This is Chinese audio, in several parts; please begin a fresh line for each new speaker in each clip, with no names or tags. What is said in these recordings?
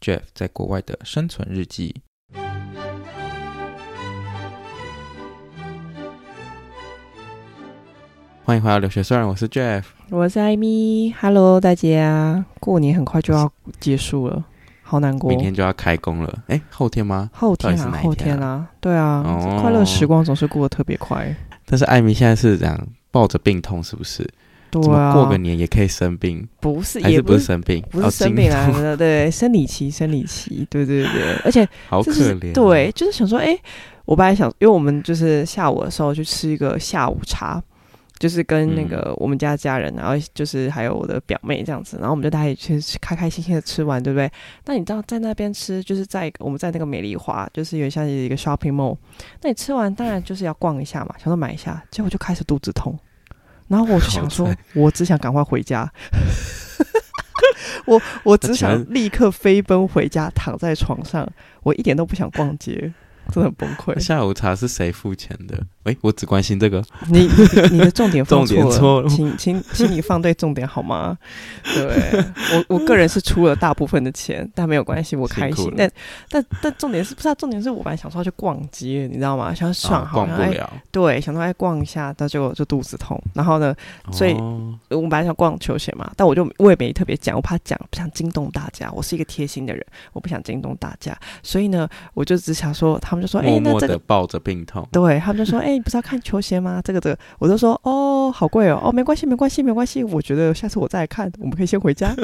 Jeff 在国外的生存日记。欢迎回到留学虽然我是 Jeff。
我是艾米，Hello 大家，过年很快就要结束了，好难过。
明天就要开工了，哎，后天吗？
后天
到底是
啊
哪，一
后
天啊
天啊，对啊，
哦
快乐时光总是过得特别快。
但是艾米现在是这样抱着病痛，是不是？
对
怎么
啊，
过个年也可以生病，
不是
还
也
是
不
不是
是
生病？
不
哦
是生病啊来
经痛
的，对，生理期，生理期，对对 对，而且
好可
这是
怜。哦
对，，就是想说，哎、我本来想，因为我们就是下午的时候去吃一个下午茶，就是跟
嗯
那个我们家家人，然后就是还有我的表妹这样子，然后我们就大家一起去开开心心的吃完，对不对？那你知道在那边吃，就是在一个我们在那个美丽华，就是有点像是一个 shopping mall，那你吃完当然就是要逛一下嘛，想说买一下，结果就开始肚子痛，然后我就想
好
说
惨，
我只想赶快回家。 我我
那
只
请问
想立刻飞奔回家，躺在床上，我一点都不想逛街，真的很崩溃
那。下午茶是谁付钱的？哎，我只关心这个。
你你你的重点放
重点
错了，
错了
请请请你放对重点好吗？对我我个人是出了大部分的钱，但没有关系，我开
辛
心
苦了。
但但但重点是不是啊？重点是我本来想说要去逛街，你知道吗？想
啊
爽好，
逛
然
不
后哎
了，
对，想说哎逛一下，但结果就肚子痛。然后呢，所以
哦
我本来想逛球鞋嘛，但我就我也没特别讲，我怕讲不想惊动大家。我是一个贴心的人，我不想惊动大家，所以呢，我就只想说，他们就说，哎、
默
那
默
这
的
个。
抱着病痛，
对他们就说：“哎、你不是要看球鞋吗？这个这个。”我就说：“哦，好贵哦，哦，没关系，没关系，没关系。我觉得下次我再来看，我们可以先 回家。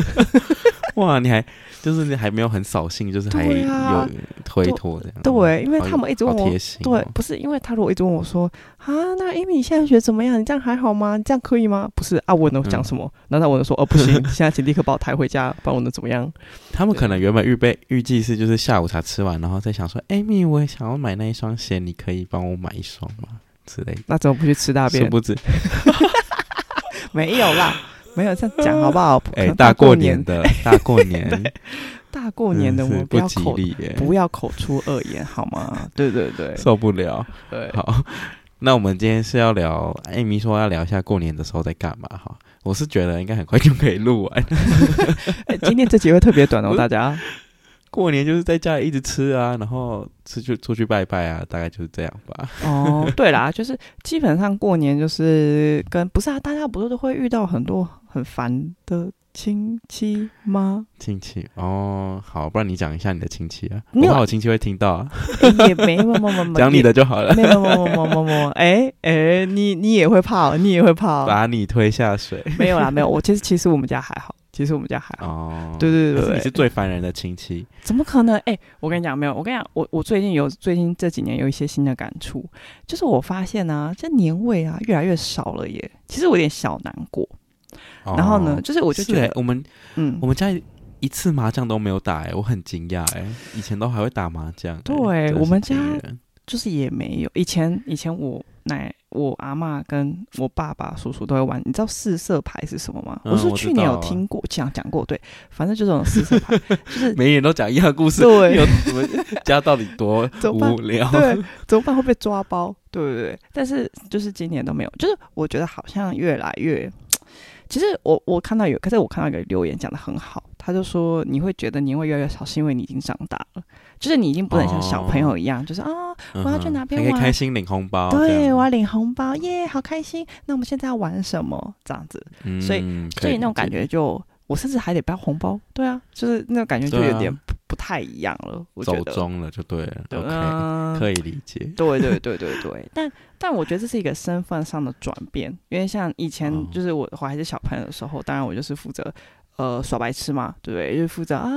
哇，你还就是你还没有很扫兴，就是还
对啊
有推脱这样。
对，因为他们一直
嗯好
问我
贴，心哦，
对，不是因为他如果一直问我说：“啊，那 Amy 你现在觉得怎么样？你这样还好吗？你这样可以吗？”不是啊，我能讲
嗯
什么？难道我能说：“哦，不行，现在请立刻把我抬回家，不然我能怎么样？”
他们可能原本预备预计是就是下午茶吃完，然后再想说，Amy，我也想要买那一双鞋，你可以帮我买一双吗？之类的。
那怎么不去吃大
殊
便？
不知，
没有啦，没有这样讲好 不好？
哎、
可能
大过
过
年，的，大过年，
大过年的我
真是
们
不
要
吉
口
利耶，
不要口出恶言好吗？对对 对
受不了。
对，
好，那我们今天是要聊，艾米说要聊一下过年的时候在干嘛哈。我是觉得应该很快就可以录完，
哎今天这集会特别短 哦，大家。
过年就是在家里一直吃啊，然后出去出去拜拜啊，大概就是这样吧。
哦，对啦，就是基本上过年就是跟不是啊，大家不是都会遇到很多很烦的亲戚 吗？
亲戚哦，好，不然你讲一下你的亲戚啊，
没
我
有
怕我亲戚会听到啊，
哎也没，没没没没，
讲你的就好了，
也，没没没没没没没，哎哎，你你也会怕哦，你也会怕哦，
把你推下水
没有啦，没有，我其实其实我们家还好，其实我们家还好。
哦。
对对
可
对
是
对
你是最烦人的亲戚
怎么可能？哎、我跟你讲，没有，我跟你讲，我我最近有最近这几年有一些新的感触，就是我发现啊，这年味啊越来越少了耶。其实我有点小难过。
哦。
然后呢，就是我
我
就觉得，
我们
嗯
我，们家一次麻将都没有打、欸，我很惊讶哎，以前都还会打麻将欸、
对
真的是
我们
惊
家
人
就是也没有。以前以前我奶、我阿嬷跟我爸爸、叔叔都会玩。你知道四色牌是什么吗？
嗯
我是
我知
去年
道
有
啊
听过讲讲过，对，反正就这种四色 牌，就是
每年都讲一样的故事，
对
有我们家到底多
怎么办
无聊？
对，怎么办？会被抓包？对不对？但是就是今年都没有，就是我觉得好像越来越，其实我我看到有，可是我看到有留言讲的很好，他就说你会觉得年味越来越少，是因为你已经长大了，就是你已经不能像小朋友一样，就是啊，
嗯哼
我要去哪边
还可以
玩
开心领红包，哦这
对，
样
我要领红包耶好开心。那我们现在要玩什么？这样子，
嗯
所以
可以
所以那种感
理解，
觉就，我甚至还得包红包，对啊，就是那种感觉就
对啊
有点不不不太一样了。我觉
走
得，
中了就对了
对
，OK，
嗯
可以理解。
对对对对对， 但但我觉得这是一个身份上的转变，因为像以前
哦
就是我我还是小朋友的时候，当然我就是负责呃耍白痴嘛，对不对？就是负责啊，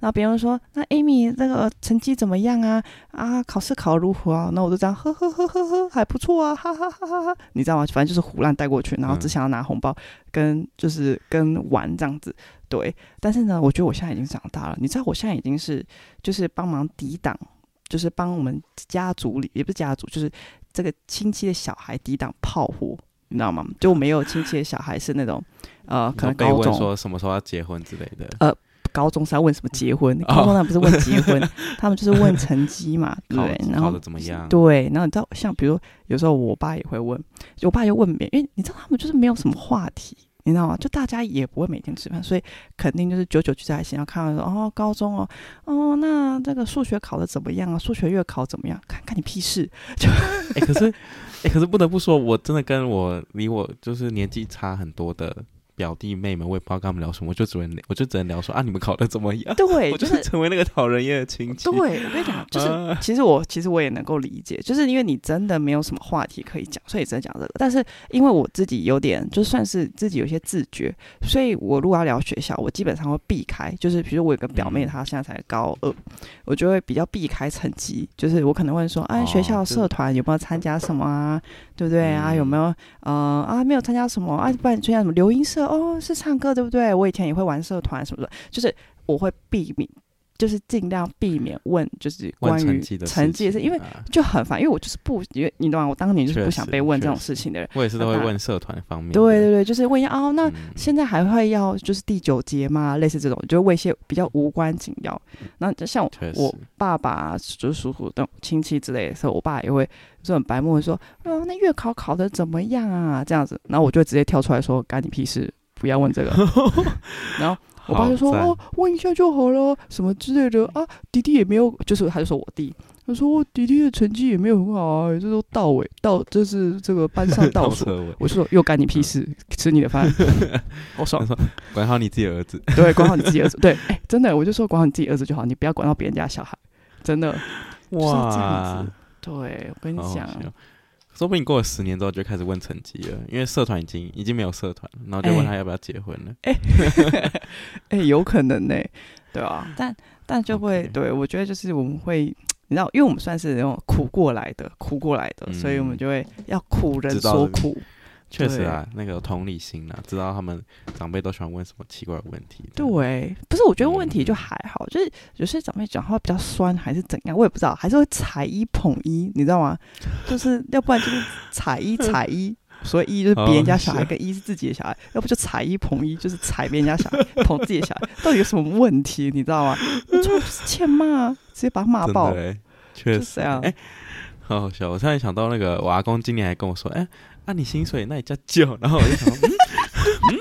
然后别人说那 Amy 那个成绩怎么样啊？啊，考试考得如何啊？那我就这样呵呵呵呵呵，还不错啊，哈哈哈哈哈，你知道吗？反正就是胡乱带过去，然后只想要拿红包跟就是跟玩这样子。对，但是呢，我觉得我现在已经长大了，你知道，我现在已经是就是帮忙抵挡，就是帮我们家族里也不是家族，就是这个亲戚的小孩抵挡炮火，你知道吗？就我们也有亲戚的小孩是那种呃，可
然
能
后被问
高中
说什么时候要结婚之类的，
高中是要问什么 结婚，
哦
高中那不是问结婚，他们就是问成绩嘛，对不
考
对？然
考
后
哦的怎么样？
对，然后你知道，像比如有时候我爸也会问，就我爸就问别人，因为你知道他们就是没有什么话题，你知道吗？就大家也不会每天吃饭，所以肯定就是久久聚在一起，然后看到说哦，高中哦，哦，那这个数学考的怎么样啊？数学月考怎么样？看看你屁事，
哎、可是，哎、可是不得不说，我真的跟我离我就是年纪差很多的表弟妹们，我也不知道跟他们聊什么，我就只能我就只能聊说啊，你们考的怎么样？
对，
我
哎就
就是是成为那个讨人厌的亲戚。
对，我 跟你讲，就是
啊
其实我其实我也能够理解，就是因为你真的没有什么话题可以讲，所以只能讲这个。但是因为我自己有点，就算是自己有一些自觉，所以我如果要聊学校，我基本上会避开。就是比如说我有个表妹，
嗯
她现在才高二，我就会比较避开成绩，就是我可能会说，哎、
哦
学校
就是
社团有没有参加什么啊？对不对啊？
嗯
有没有呃啊没有参加什么啊？不然你参加什么留音社哦，是唱歌对不对？我以前也会玩社团什么的，就是我会避免，就是尽量避免问，就是
问
关于
成绩的事
成绩的事，
情
因为
啊
就很烦，因为我就是不，因为你懂吗？我当年就是不
确
想
实
被问这种
确实
事情的人。
我也是都会
那
问社团方面的。
对对对，就是问一下哦，那
嗯
现在还会要就是第九节嘛，类似这种，就问一些比较无关紧要。那就像我
确实
我爸爸就是叔叔那种亲戚之类的时候，我爸也会就很白目地说，哦，那月考考的怎么样啊？这样子，然后我就直接跳出来说，干你屁事，不要问这 个。然后我爸就说，
好赞
哦，问一下就好了，什么之类的啊。弟弟也没有，就是他就说我弟。他说我弟弟的成绩也没有很好啊，这都倒尾倒，这是这个班上倒
倒
数
车。尾，
我就说又干你屁事，吃你 的饭，好爽
他。说管好你自己的儿子，
对，管好你自己儿子。对，哎、真的，我就说管好你自己儿子就好，你不要管到别人家小孩，真的就是要这样
哇
子，。对，我跟你
好好
讲，
笑哦说不定过了十年之后就开始问成绩了，因为社团已经已经没有社团，然后就问
哎
他要不要结婚了。
哎、有可能呢、对啊，但但就会
OK
对我觉得就是我们会。你知道，因为我们算是那种苦过来的，苦过来的，所以我们
嗯
就会要苦人
知道
所
了
苦。
确实啊，那个有同理心啦，知道他们长辈都喜欢问什么奇怪的问题。这样，
对，不是，我觉得问题就
嗯
还好，就是有些长辈讲话比较酸，还是怎样，我也不知道，还是会踩一捧一，你知道吗？就是要不然就是踩一踩一，所以一就是别人家小孩
嗯哦
跟一是自己的小孩，要不就踩一捧一，就是踩别人家小孩捧自己的小孩，到底有什么问题？你知道吗？我就欠骂，直接把他骂
真
爆
的，欸，确
就
实
这样
哎、好好笑。我突然想到那个，我阿公今年还跟我说，哎、那、你薪水那你叫舅，然后我就想说，嗯。 嗯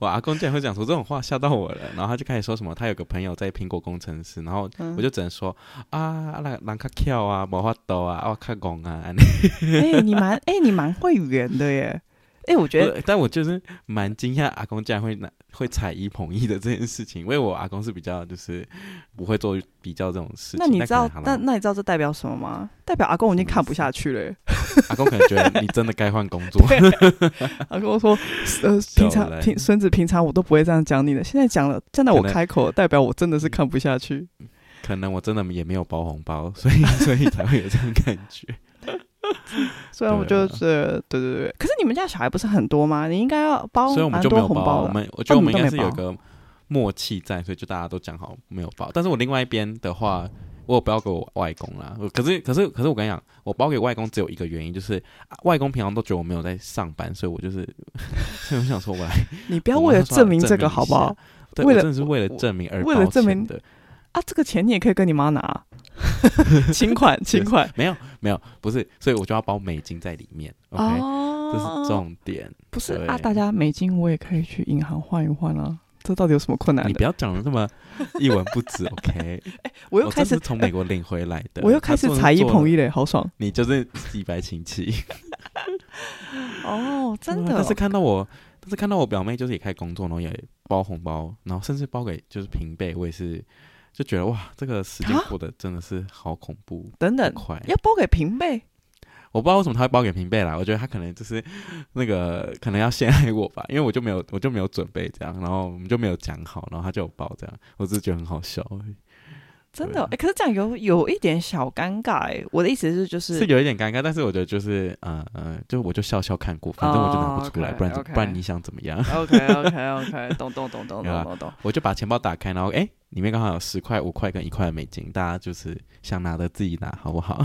我阿公竟然会讲出这种话，吓到我了。然后他就开始说什么，他有个朋友在苹果工程师，然后
嗯
我就只能说、啊，那人卡巧啊，无法度啊，啊我卡戆啊。安尼
哎、你蛮哎、你蛮会圆的耶，哎、我觉得
我但我就是蛮惊讶，阿公竟然会拿会踩一捧一的这件事情，因为我阿公是比较就是不会做比较这种事情。
那你
但
知道
可能好
那
啦
那你知道这代表什么吗？代表阿公我已经
什么
看
意
不
思
下去了耶。
阿公可能觉得你真的该换工 作。
他跟 我说，呃，
小
平常
兰
平孙子平常我都不会这样讲你的，现在讲了，现在我
可能嗯
开口，代表我真的是看不下去。
可能我真的也没有包红包，所以 所以才会有这种感觉。
虽然我
对
就
啊
是对对对，可是你们家小孩不是很多吗？你应该要包
所以我们
哦蛮
就没
多
有
红
包，
包
我
的。
们我觉得我们应
哦你
该
们
是
都没
有个默契在，所以就大家都讲好没有包。但是我另外一边的话，我有包给我外公啦。我可是可是可是我跟你讲，我包给外公只有一个原因，就是、啊外公平常都觉得我没有在上班，所以我就是 所以我想说我来
你不要
我
为
妈
了
说
证
来
明这个
一
好不
下
好？？
对，
为
我
了
真的是为了
我
证明而
为了
包
证
钱
明
的，
啊，这个钱你也可以跟你 妈拿，请款请款。
没有没有，不是，所以我就要包美金在里面。OK，、
哦，
这是重点。
不是
对
啊？大家美金我也可以去银行换一换啊，这到底有什么困难
你
的
不？要讲的这么一文不值，OK？
我
我
又开
真
始
是从美国领回来的，
我又开始才
才
艺捧
一，
一嘞，好爽
你就是洗白亲戚，
哦，真
但
的
啊是看到我，但是看到我表妹就是也开始工作，然后也包红包，然后甚至包给就是平辈，我也是就觉得哇，这个时间过得真的是好恐怖，
等等，
快。
要包给平辈，
我不知道为什么他会包给平辈啦，我觉得他可能就是那个可能要陷害我吧，因为我就没有我就没有准备这样，然后我们就没有讲好，然后他就有包这样，我只是觉得很好笑而已，
真
对
的
啊
哦。哎、可是这样有有一点小尴尬哎、我的意思是，就是
是有一点尴尬，但是我觉得就是呃呃，就我就笑笑看过，反正我就拿不出来，
哦，OK，
不然怎
OK
不然你想怎么样？
OK OK OK，懂懂懂懂
有啊
懂懂懂。
我就把钱包打开，然后哎、诶里面刚好有十块、五块跟一块的美金，大家就是想拿的自己拿，好不好？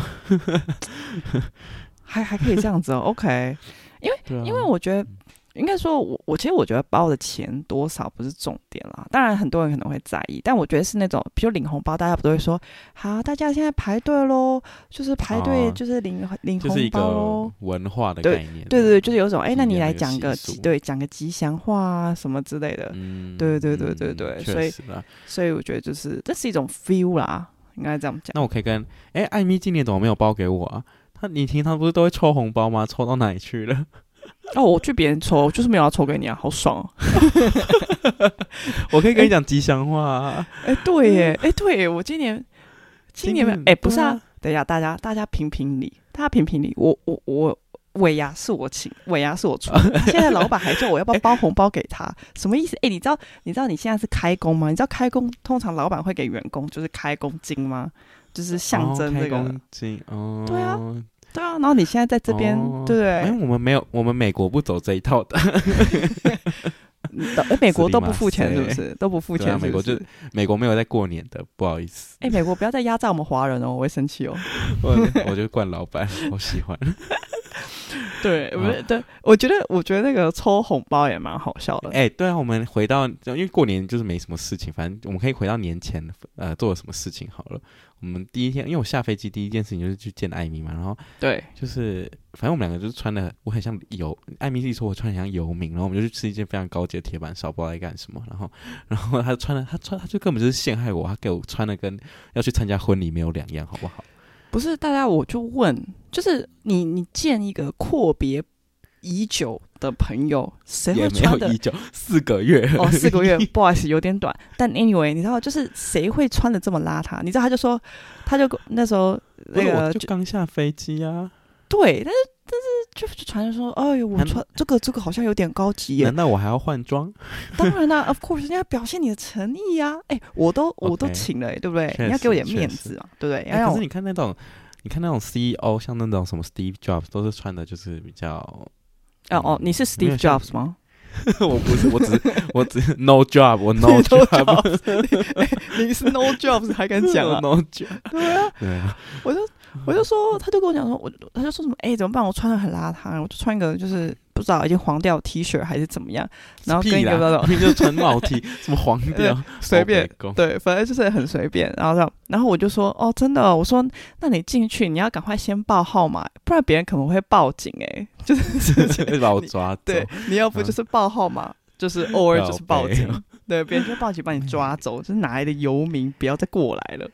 还还可以这样子哦 ，OK。
对啊，
因为我觉得，应该说我我其实我觉得包的钱多少不是重点啦，当然很多人可能会在意，但我觉得是那种，比如领红包，大家不都会说，好，大家现在排队喽，就是排队
哦
就是领、领
就是一
红包喽
个。文化的概念，啊
对对对，就是有种哎、
纪
那你
念
来
那个
讲
习
个
俗
对讲个吉祥话啊什么之类的，
嗯
对对对对对
确
所以
实啦。
所以我觉得就是这是一种 feel 啦，应该这样讲。
那我可以跟哎、艾米今年怎么没有包给我啊？他你平常不是都会抽红包吗？抽到哪里去了？
哦，我去别人抽，就是没有要抽给你啊，好爽哦、
我可以跟你讲吉祥话、啊，
哎、对耶，哎、对耶，我今年今
今
年没有
年
哎、不是啊，
对啊
等一下，大家大家评评理，大家评评理，我我我尾牙是我请，尾牙是 我出，现在老板还叫我要不要包红包给他，什么意思？哎、你知道你知道你现在是开工吗？你知道开工通常老板会给员工就是开工金吗？就是象征这个，
哦开工金哦，
对啊对啊。然后你现在在这边，
哦
对不
哎、
对？
我们没有，我们美国不走这一套的。
你到哎美国
死里
都不
马
付钱，
塞
是不是？都不付
对
钱
啊
是不是，
美国就美国没有在过年的，不好意 思，
哎、美国不要再压榨我们华人哦，我会生气哦。
我我就惯老板，我喜欢。
对，不是
啊
对，我觉得我觉得那个抽红包也蛮好笑的。
哎、对啊，我们回到，因为过年就是没什么事情，反正我们可以回到年前，呃，做了什么事情好了。我们第一天，因为我下飞机第一件事情就是去见艾米嘛，然后
对，
就是反正我们两个就是穿的，我很像游，艾米自己说我穿得很像游民，然后我们就去吃一间非常高级的铁板烧，不知道在干什么。然后，然后他穿的，他穿，他就根本就是陷害我，他给我穿的跟要去参加婚礼没有两样，好不好？
不是大家，我就问，就是你你见一个阔别已久的朋友，谁
也
会
没
穿
有
的
依？旧四个月，
哦，四个月 不好意思，有点短。但 anyway，你知道，就是谁会穿的这么邋遢？你知道，他就说，他就那时候
不
那
是，
个
我就刚下飞机啊！
对，但是但是就就传说，哎呦，我
难
穿这个这个好像有点高级耶
难。道我还要换装？
当然 啦、o f course，你要表现你的诚意呀、哎、我都我都
OK
请了、哎对不对？
确
你要给我点
实确
面
实
子啊，对不对？要
哎
让
可
我
是你看那种，你看那种 CEO，像那种什么 Steve Jobs，都是穿的就是比较……
哦哦，
嗯
你是
没
Steve
有像
Jobs 吗？
我不是，我只是我只是 No job，我 No
No
job，
你是 No Jobs 还敢讲
我
啊？
No job，
对啊，
对啊，
我就我就说，他就跟我讲说，我他就说什么，哎、怎么办？我穿的很邋遢，我就穿一个就是不知道已经黄掉的 T 恤还是怎么样，然后跟
屁
一个那
啦，
种
你就穿帽 T，什么黄调，
随便
Oh my God
对，反正就是很随便。然后这样，然后我就说，哦，真的哦、我说，那你进去你要赶快先报号码，不然别人可能会报警、哎，就是
会把我抓走。
对，你要不就是报号码，就是偶尔就是嗯报警
靠，
对，别人就报警把你抓 走，就是哪来的游民，不要再过来了。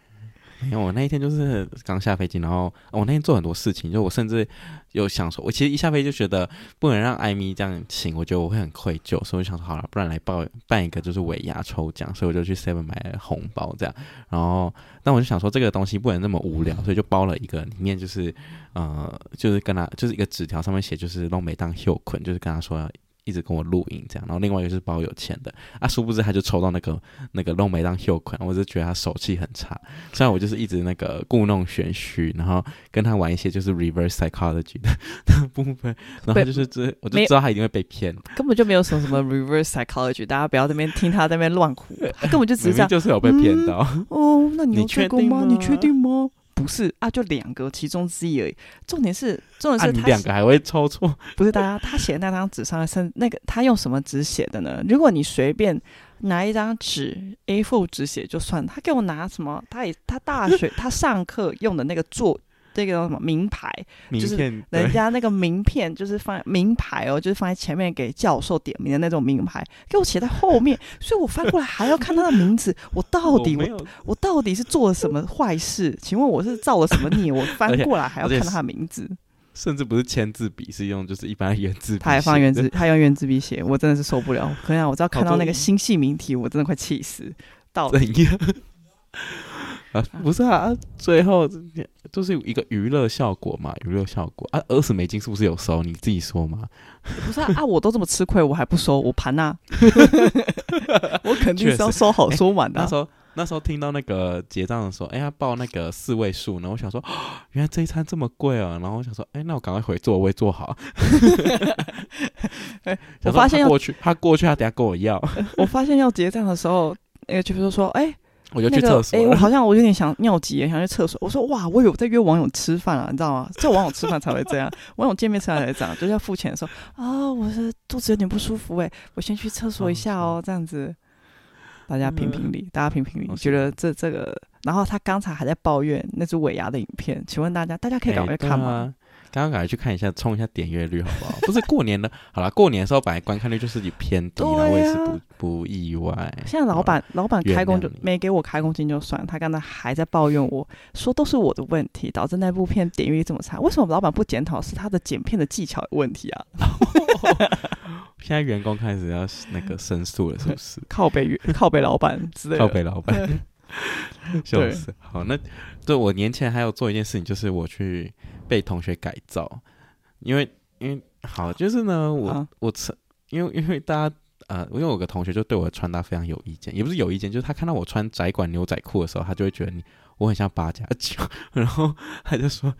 因为我那一天就是刚下飞机，然后哦我那天做很多事情，就我甚至有想说，我其实一下飞机就觉得不能让艾米这样请，我觉得我会很愧疚，所以我想说好了，不然来报办一个就是尾牙抽奖，所以我就去 Seven 买了红包这样，然后但我就想说这个东西不能那么无聊，所以就包了一个，里面就是呃就是跟他就是一个纸条上面写就是弄每当秀困，就是跟他说。一直跟我录音这样，然后另外一个是包有钱的啊，殊不知他就抽到那个那个弄每当秀款，我就觉得他手气很差，虽然我就是一直那个故弄玄虚，然后跟他玩一些就是 reverse psychology 的的部分，然后
被
就是知我就
没
知道他一定会被骗，
根本就没有什么什么 reverse psychology，大家不要在那边听他在那边乱 胡，他根本就只是
明
这
明。
样
就是有被骗到。
哦，那你
你
要
确
这个
定
吗？你
吗
确定吗？不是啊，就两个其中之一而已。重点是，重
啊，
点
你
是他
两
写、
个还会抽错，
不是大家他写的那张纸上是那个他用什么纸写的呢？如果你随便拿一张纸 A4 纸写就算，他给我拿什么？他也他大学 他上课用的那个做这个叫什么名牌，
名
是
片对
人家那个名片就是放名牌哦，就是放在前面给教授点名的那种名牌，给我写在后面， 所以我翻过来还要看他的名字，我到底
我没
我
有
我到底是做了什么坏事？请问我是造了什么孽？我翻
而且
过来还 要
而且
看他的名字，
甚至不是签字笔，是用就是一般的圆字笔写的，
他还放原子，他用原子笔写，我真的 是受不了。可想我只要看
好
到
多
那个星系名题，我真的快气死。到底
怎样？啊，不是啊，啊最后就是一个娱乐效果嘛，娱乐效果啊，二十美金是不是有收？你自己说嘛，
不是啊，啊我都这么吃亏，我还不收，我 盘呐、啊，我肯定是要收好收满的、啊
那时候那时候听到那个结账的时候，哎、他报那个四位数，然后我想说，哦原来这一餐这么贵啊，然后我想说，哎、那我赶快回座位坐 好。哎想说
我哎发
他
现要
过去，他过去，他等下跟我要，
我发现要结账的时候，那个 j 就说，哎、
我就
那
去
个，
厕所
哎、我
了。
好像我有点想尿急，想去厕所。我说哇，我有在约网友吃饭啊，你知道吗？只有网友吃饭才会这样，网友见面吃饭才会这样，就是要付钱的时候啊，我是肚子有点不舒服、哎，我先去厕所一下哦，这样子。大
嗯
家评评理，大家评评理，
好
觉得这这个。然后他刚才还在抱怨那只尾牙的影片，请问大家，大家可以赶快
哎
去看
对
吗？
啊刚刚赶快去看一下，冲一下点阅率好不好？不是过年了，好啦，过年的时候本来观看率就是也偏低啦，
对啊
我也是不不意外。
现在老板老板
哦原
开工
谅
就
你
没给我开工金就算，他刚才还在抱怨我说都是我的问题，导致那部片点阅这么差。为什么老板不检讨是他的剪片的技巧有问题 啊？？
现在员工开始要那个申诉了，是不是
靠背靠背老板之类
靠
的。啊
北老板，笑死。好，那对我年前还有做一件事情，就是我去被同学改造，因为因为好就是呢，我、
啊
我曾因为因为大家。呃，因为我有个同学就对我的穿搭非常有意见，也不是有意见，就是他看到我穿窄管牛仔裤的时候，他就会觉得你我很像八加九， 然后他就说，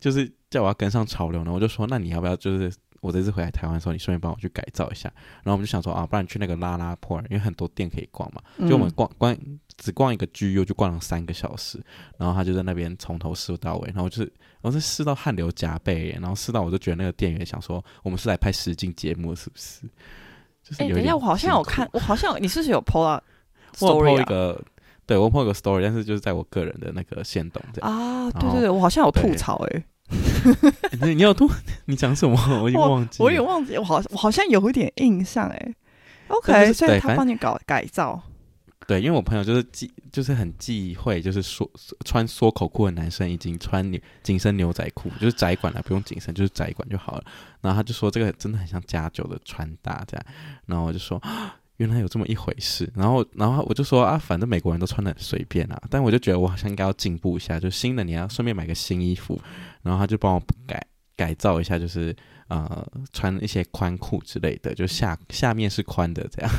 就是叫我要跟上潮流呢，我就说，那你要不要就是我这次回来台湾的时候，你顺便帮我去改造一下？然后我们就想说啊，不然去那个拉拉破，因为很多店可以逛嘛，
嗯
就我们逛逛只逛一个 GU 就逛了三个小时，然后他就在那边从头试到尾，然后我就是我是试到汗流浃背耶，然后试到我就觉得那个店员想说我们是来拍实境节目是不是？就是
哎、
有
等一
点
下，我好像有
辛苦
看，我好像有你是不是有 PO 啊
我有 po
story
一个，对我 po 一个 story，但是就是在我个人的那个线动这样。
啊？啊，对
然后
对对，我好像有吐
哦对
槽哎、
你你有吐？你讲什么？我已经忘记了。
我有点忘记，我好我好像有一点印象哎、
但就
OK，
是
所以
对
他
反正
帮你搞改造，
对，因为我朋友就是忌，就是很忌讳，就是说穿缩口裤的男生已经穿牛紧身牛仔裤，就是窄管了，不用紧身，就是窄管就好了。然后他就说这个真的很像加九的穿搭这样，然后我就说。啊原来有这么一回事，然后，然后我就说啊，反正美国人都穿的很随便啊，但我就觉得我好像应该要进步一下，就新的你要顺便买个新衣服，然后他就帮我改改造一下，就是呃穿一些宽裤之类的，就下下面是宽的这样，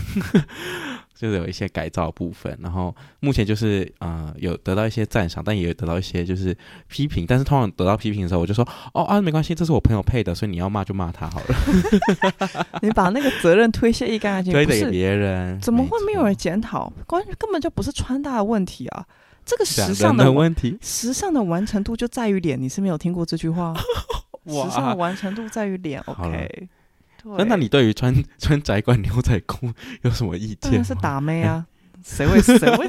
就是有一些改造部分。然后目前就是呃有得到一些赞赏，但也有得到一些就是批评。但是通常得到批评的时候，我就说哦啊没关系，这是我朋友配的，所以你要骂就骂他好 了，
你把那个责任推卸一干二净，
推
不
给
是
别人。
怎么会没有人
错
检讨？关根本就不是穿搭的问题啊！这个
这样
时尚
人的
的
问题？
时尚的完成度就在于脸，你是没有听过这句话。 时尚的
哇！
完成度在于脸
好了
，OK？对
那那你对于穿穿窄管牛仔裤有什么意
当
见
然
吗？
是打妹
哎
啊，谁会谁 会？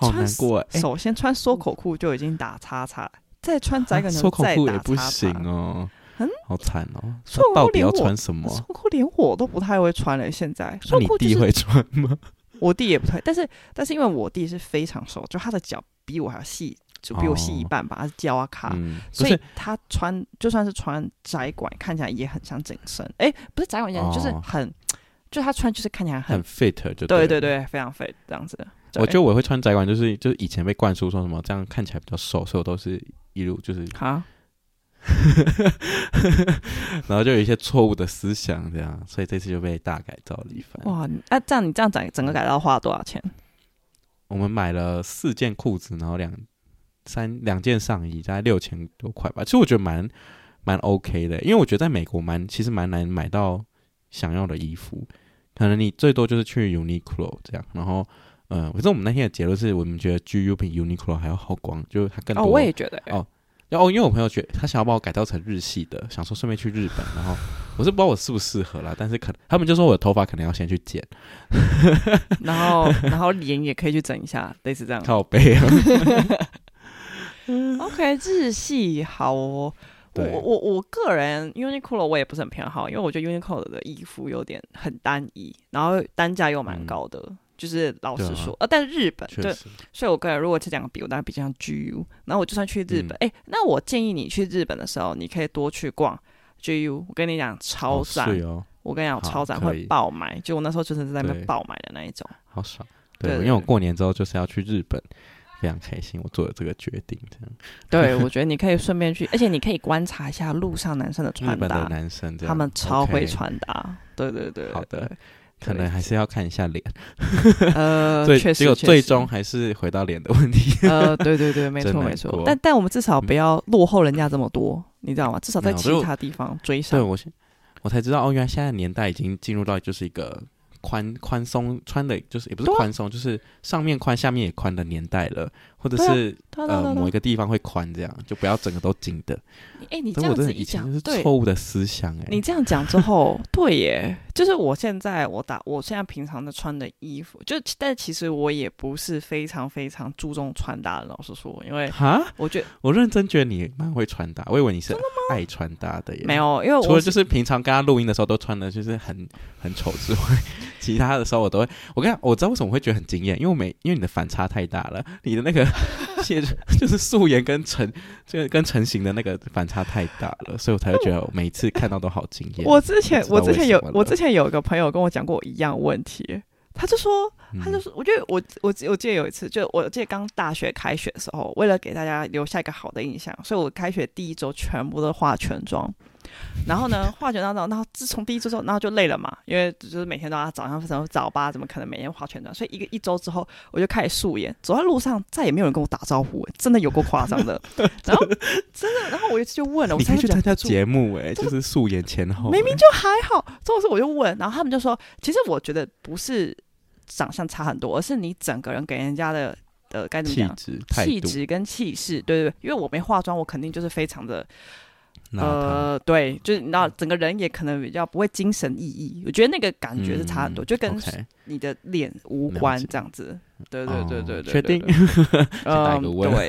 好
穿
难过哎、
首先穿缩口裤就已经打叉叉，再穿窄
啊
个牛
缩口
再
裤
打
也不
叉叉
行哦，
嗯
好惨哦。
缩口裤
那到底要
连我
穿什么？
缩裤连我都不太会穿了，现在
那
缩
你
裤就
弟
是
会穿 吗？
我弟也不太，但是但是因为我弟是非常瘦，就他的脚比我还要细，就比我细一
哦
半吧，他是胶啊卡，
嗯，不
所以
是，
他穿就算是穿窄管，看起来也很像紧身。哎、不是窄管紧身，就是
哦
很，就他穿就是看起来很，
很 fit 就
对对
对了。
对，非常肥这样子。对
我觉得我会穿窄管，就是就是以前被灌输说什么这样看起来比较瘦，所以我都是一路 就是，
好，
然后就有一些错误的思想这样，所以这次就被大改造了一番。
哇，你那、这样你这样整整个改造花了多少钱？
我们买了四件裤子，然后两三两件上衣，大概六千多块吧。其实我觉得蛮蛮 OK 的，因为我觉得在美国蛮其实蛮难买到想要的衣服，可能你最多就是去 Uniqlo 这样，然后。呃，可是我们那天的结论是我们觉得 GU 比 Uniqlo 还要好逛，就是它更
哦，
多。
我也觉得、
哦然后因为我朋友觉得他想要把我改造成日系的，想说顺便去日本，然后我是不知道我适不适合啦，但是可能他们就说我的头发可能要先去剪，
嗯然后然后脸也可以去整一下，类似这样。
靠 背啊，
OK，日系好哦。我
对
我我我个人 Uniqlo 我也不是很偏好，因为我觉得 Uniqlo 的衣服有点很单一，然后单价又蛮
嗯
高的，就是老实
对啊
说，呃，但是日本
确
对，
实，
所以我个人如果这两个比，我当然比较像 GU，然后我就算去日本，
嗯
哎、那我建议你去日本的时候，你可以多去逛 GU，我跟你讲超
好
赞，
碎哦，
我跟你讲
好
超赞
可
会
以
爆买，就我那时候就是在那边
对
爆买的那一种，
好爽。对，
对
因
对
为我过年之后就是要去日本，非常开心，我做了这个决定。这样，
对，我觉得你可以顺便去，而且你可以观察一下路上男生的
日
穿
本的
搭，
男生这样，
他们超会
OK，
穿搭。对对对，
好的
对，
可能还是要看一下脸。
呃，
最
确实
结果
确
最
实
终还是回到脸的问题。
呃，对对 对，没
真
错
难
没错
过。嗯
但但我们至少不要落后人家这么多，你知道吗？至少在
没有
其
就
他地方追
对，
上。
我现我才知道哦，原来现在年代已经进入到就是一个宽宽松穿的，就是也不是
对啊
宽松，就是上面宽下面也宽的年代了，或者
对啊
是、
对对
呃
对
某一
对
个地方会宽这样，就不要整个都紧的。
你哎，你这
但我
样
真
子
的
一
以前
讲
就是，
对
错误的思想哎、
你这样讲之后， 对耶，就是我现在我打我现在平常的穿的衣服，就但其实我也不是非常非常注重穿搭的，老实说，因为
哈，
我觉得
我认真觉得你蛮会穿搭，我以为你是爱穿搭的耶。
没。有，因为
除
我
了就是平常跟他录音的时候都穿的就是很很丑之外， 其他的时候我都会，我跟你讲，我知道为什么会觉得很惊艳，因为我每因为你的反差太大了，你的那 个现就是素颜跟成这个跟成型的那个反差太大了，所以我才会觉得我每次看到都好惊艳。
我之前
知道
我之
为
前
什
有
么
我
了
之前有一个朋友跟我讲过一样问题，他就说
嗯
他就是，我觉得我我记我记得有一次，就我记得刚大学开学的时候，为了给大家留下一个好的印象，所以我开学第一周全部都化全妆。然后呢，化全妆之后，然后自从第一周之后，然后就累了嘛，因为就是每天都要早上什么早八，怎么可能每天化全妆？所以一个一周之后，我就开始素颜，走在路上再也没有人跟我打招呼，真的有够夸张 的。然后真的，然后我就就问了，我
你可
才
以去参加
忍不住
节目哎、就是素颜前后、
明明
哎
就还好。这种事我就问，然后他们就说，其实我觉得不是长相差很多，而是你整个人给人家的呃该怎么
气
讲，
质态
气
度
质跟气势，对对对。因为我没化妆，我肯定就是非常的
邋遢，嗯
呃，对，就是你知道，整个人也可能比较不会精神奕奕。我觉得那个感觉是差很多，
嗯
就跟
OK
你的脸无
了
关
解
这样子。对对对对对
哦
对，
确
对
定？ 打一
嗯，
个问哦
对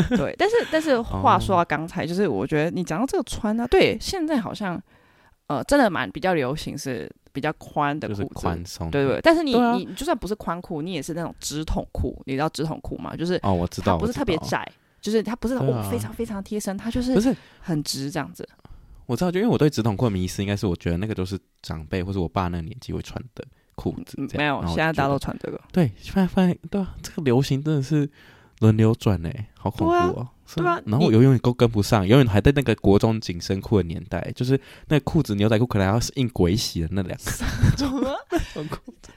号
对， 但是但是话说到刚才，就是我觉得你讲到这个穿啊，对，现在好像呃真的蛮比较流行是比较宽的
就
裤
是
子，
宽松，
对对，但是你、
对啊
你就算不是宽裤，你也是那种直筒裤，你知道直筒裤吗？就是
哦，我知
它
道，
不
我
是
知
特别
道，
窄，就是它不是那种
对
哦
啊
非常非常贴身，它就
不
是
是
很直这样子。
我知道，就因为我对直筒裤的迷思，应该是我觉得那个都是长辈或者我爸那个年纪会穿的裤子
嗯
这样。
没有，
然后
现
我
在
就觉
大家
得
都穿这个。
对，发现发现对啊，这个流行真的是轮流转哎、好恐怖
对啊
哦、是
对啊
然后我
你
永远都跟不上，永远还在那个国中紧身裤的年代，就是那裤子牛仔裤可能还要是印鬼洗的那两个
怎么？
种裤子。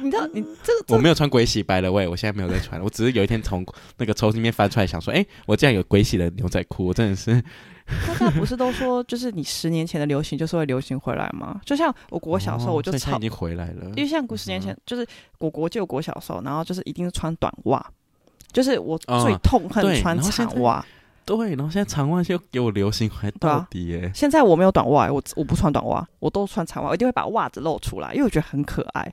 你知道你这个这
我
个
没有穿鬼洗白了喂，我现在没有在穿了，我只是有一天从那个抽屉里面翻出来，想说，哎、我竟然有鬼洗的牛仔裤，我真的是
大家不是都说，就是你十年前的流行就是会流行回来吗？就像我国小时候
哦
我就
所以现在
超
已经嗯回来了
因。为像古十年前，就是我国就有国小时候，然后就是一定是穿短袜，就是我
啊
最痛恨
对
穿
然后现
长
在
袜。
对，然后现在长袜就给我流行回来
对啊
到底哎、
现在我没有短袜、欸我我不穿短袜，我都穿长袜，我一定会把袜子露出来，因为我觉得很可爱。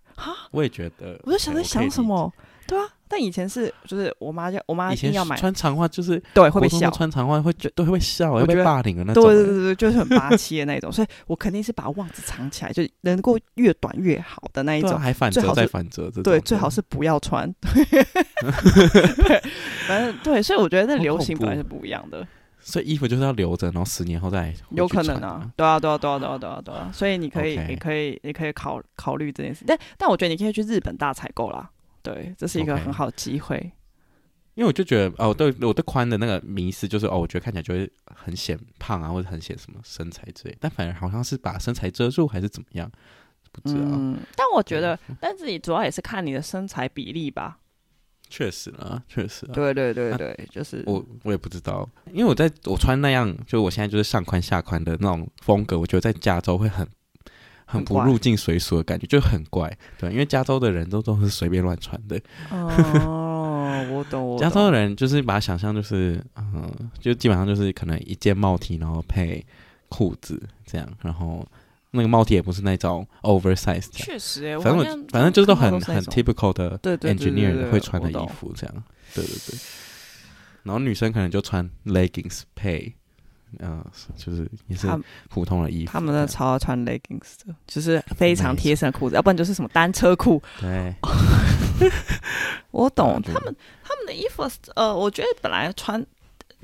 我也觉得，
我就想
对
在
我可以理
想什。
解
么，对啊。但以前是就是我妈就我妈
以
一定
前
要买，
穿长袜就是
对会被
国中
笑，
穿长袜会觉对会笑，
我
会
觉
被
得
霸凌的那
对
种。欸啊
对对对，就是很霸气的那种，所以我肯定是把袜子藏起来，就能够越短越好的那一
对啊
种。
还反
最
折
好是
再反折，这种
对，
的
最好是不要穿。 对，反正对，所以我觉得那
好
流
恐
行本来
怖
是不一样的。
所以衣服就是要留着，然后十年后再回
有
去
可能
穿
啊，。对啊，对啊，对啊，对啊，对啊，对啊，所以你可以
OK
你可以，你可以考考虑这件事，但但我觉得你可以去日本大采购啦，对，这是一个
OK
很好的机会。
因为我就觉得哦，对我对宽的那个迷思就是哦，我觉得看起来就会很显胖啊，或者很显什么身材之类，但反而好像是把身材遮住还是怎么样，不知道。
嗯，但我觉得，但是你主要也是看你的身材比例吧。
确实啊，确实啊。
对对对
啊
对，就是
我我也不知道，因为我在我穿那样，就我现在就是上宽下宽的那种风格，我觉得在加州会很很
很
不
怪
入境随俗的感觉，就很怪，对，因为加州的人都都是随便乱穿的，
哦，我懂，我
加州的
懂
人就是把它想象就是，嗯，就基本上就是可能一件帽 T，然后配裤子这样，然后那个帽 T 也不是那种 oversize 这样。
确实哎，我
反正
好
我
像
反正就是
看到
很
是那
很
种
typical 的
对对对对
engineer
对
会穿的
我懂
衣服这样，对对对。然后女生可能就穿 leggings 配，嗯、就是也是
他们
普通的衣服这样。
他们的超爱穿 leggings 的，就是非常
没错
贴身的裤子，要不然就是什么单车裤，
对，
我懂，
啊对
哦他们他们的衣服，呃，我觉得本来穿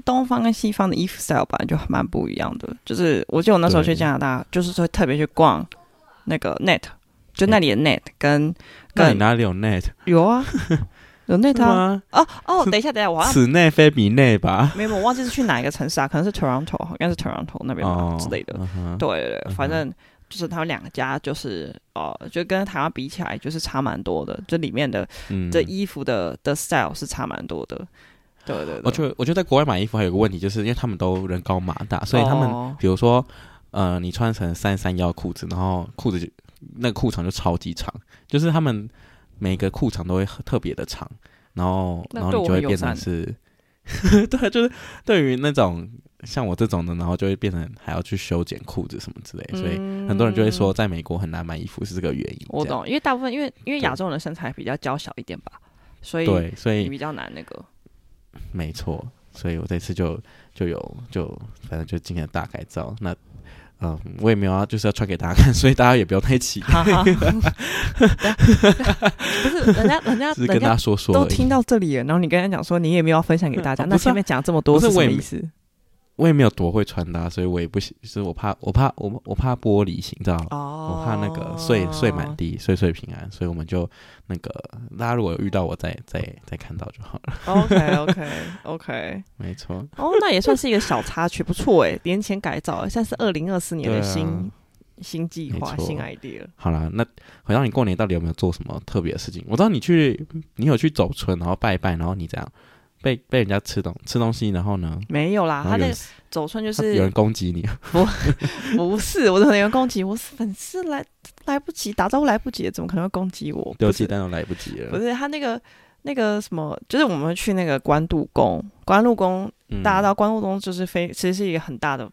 东方跟西方的衣服 style 本来就蛮不一样的。就是我记得我那时候去
对
加拿大，就是说特别去逛那个 Net，就那里的 net 跟
那你
跟
哪里有 net？
有 啊，有 net
是
啊。
吗？
哦哦，等一下，等一下，我好像
此内非彼内吧？
没有，我忘记是去哪一个城市啊，可能是 Toronto，应该是 Toronto 那边吧
哦
之类的。
嗯哼
对对对，
嗯哼
反正就是他们两家就是呃，就跟台湾比起来，就是差蛮多的，就里面的
嗯
这衣服的的 style 是差蛮多的。对对对，
我觉得，我觉得在国外买衣服还有个问题，就是因为他们都人高马大，所以他们、
哦
比如说，呃，你穿成三三幺裤子，然后裤子就那个裤长就超级长，就是他们每个裤长都会特别的长，然后
那
然后
对
你
我
就会
很友
变成
善
是，对，啊就是 对于那种像我这种的，然后就会变成还要去修剪裤子什么之类，所以很多人就会说，
嗯
在美国很难买衣服是这个原因。
我
这样，
懂，因为大部分因为因为
对
亚洲人的身材比较娇小一点吧，所以
对，所
你
以
比较难那 个。
没错，所以我这次就就有就反正就今天的大改造。那嗯，我也没有要就是要穿给大家看，所以大家也不要太期待，
哈哈，对不是人家人家
只是跟大家
啊人家
说说
都
而已。
听到这里了，然后你跟他讲说你也没有要分享给大家，
哦
那
不是啊
前面讲这么
不
多
是
什
我
么
也没
意思？
我也没有多会穿搭，所以我也不喜，就是我怕我怕我我怕玻璃心，你知道吗？
哦
我怕那个碎碎满地，碎碎平安，所以我们就那个大家如果有遇到我再再再看到就好了。
OK OK OK，
没错，
哦，那也算是一个小插曲，不错哎，年前改造，算是二零二四年的
对啊
新、新计划、
没错
新 idea。
好啦，那回到你过年到底有没有做什么特别的事情？我知道你去，你有去走村，然后拜一拜，然后你这样被被人家吃东吃东西，然后呢，
没有
然
啦，啊他
后有
那
人
个走村就
他有人
是
攻击你，
不是我的员攻击，我是粉丝来来不及打招呼来不及，怎么可能会攻击我？
丢
不是
鸡蛋都来不及
不
了。
是他那个那个什么，就是我们去那个关渡宫，关渡宫
嗯
大家到关渡宫就是非其实是一个很大的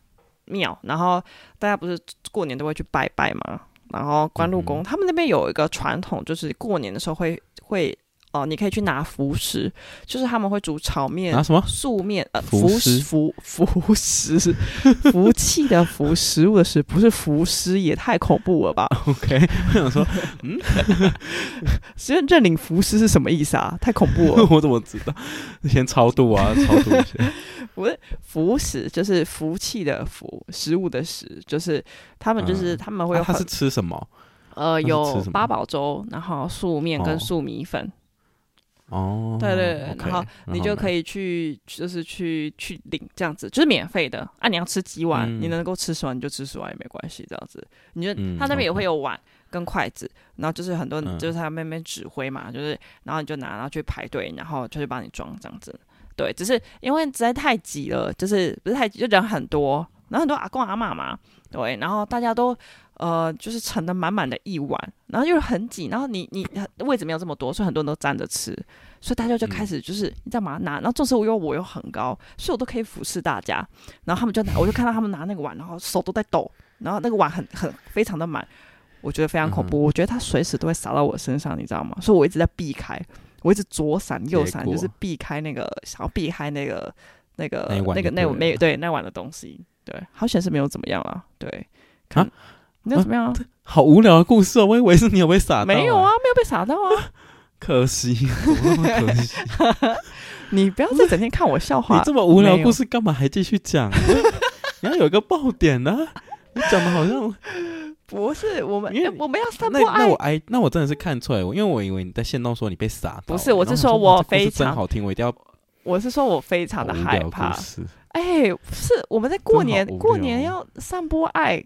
庙，然后大家不是过年都会去拜拜嘛，然后关渡宫、
嗯
他们那边有一个传统，就是过年的时候会会哦、呃你可以去拿福食，就是他们会煮炒面。
啊拿什么？
素面呃，
福
福
食
福福食，福气的福，食物的食，不是福师，也太恐怖了吧？
OK，我想说，。
其实认领福师是什么意思啊？太恐怖了
我怎么 知道？先超度啊，超度一 下。
不是福食，就是福气的福，食物的食，就是他们就是、
嗯
他们会有
啊他
很、
是吃什么？
呃
是吃
有
什么
八宝粥，然后素面
哦
跟素米粉，
哦，
对对对
OK，
然后你就可
以
以去就是去去领这样子，就是免费的。啊，你要吃几碗，
嗯
你能够吃十碗你就吃十碗也没关系，这样子。你就、
嗯
他那边也
OK
会有碗跟筷子，然后就是很多人、
嗯
就是他们那边指挥嘛，就是然后你就拿然后去排队，然后就是帮你装这样子。对，只是因为实在太挤了，就是不是太挤，就人很多，然后很多阿公阿妈嘛，对，然后大家都呃就是盛的满满的一碗，然后又很挤，然后你你位置没有这么多，所以很多人都站着吃，所以大家
嗯
就开始就是、你知道吗？拿，然后这时候我又我又很高，所以我都可以俯视大家，然后他们就拿，我就看到他们拿那个碗，然后手都在抖，然后那个碗很很非常的满，我觉得非常
嗯
恐怖，我觉得它随时都会洒到我身上，你知道吗？所以我一直在避开，我一直左闪右闪，
结果
就是避开那个想要避开那个那个
那一碗
那
就
个那
对
没
了
对那碗的东西，对，好险是没有怎么样啦，对，看、
啊
没有怎么样啊、
好无聊的故事哦，我以为是你有被撒到，
没有啊，，没有被傻到啊，
可 惜，怎么那么可惜？
你不要再整天看我笑
啊你
话
这，么无聊
没
的
有
故事干嘛还继续讲？你要有一个爆点呢、啊。你讲的好像
不是我们
因为
我们要散
那
播
那
爱
我。哎那我真的是看错了，因为我以为你在线动说你被撒到。
不是我
然后
是说
想哇这
我
故事
非
真
常
好听，我一定要
我是说我非
好
常的
无
害
聊的
怕
故，事。
哎、是我们在过年
真好无聊哦
过年要散播爱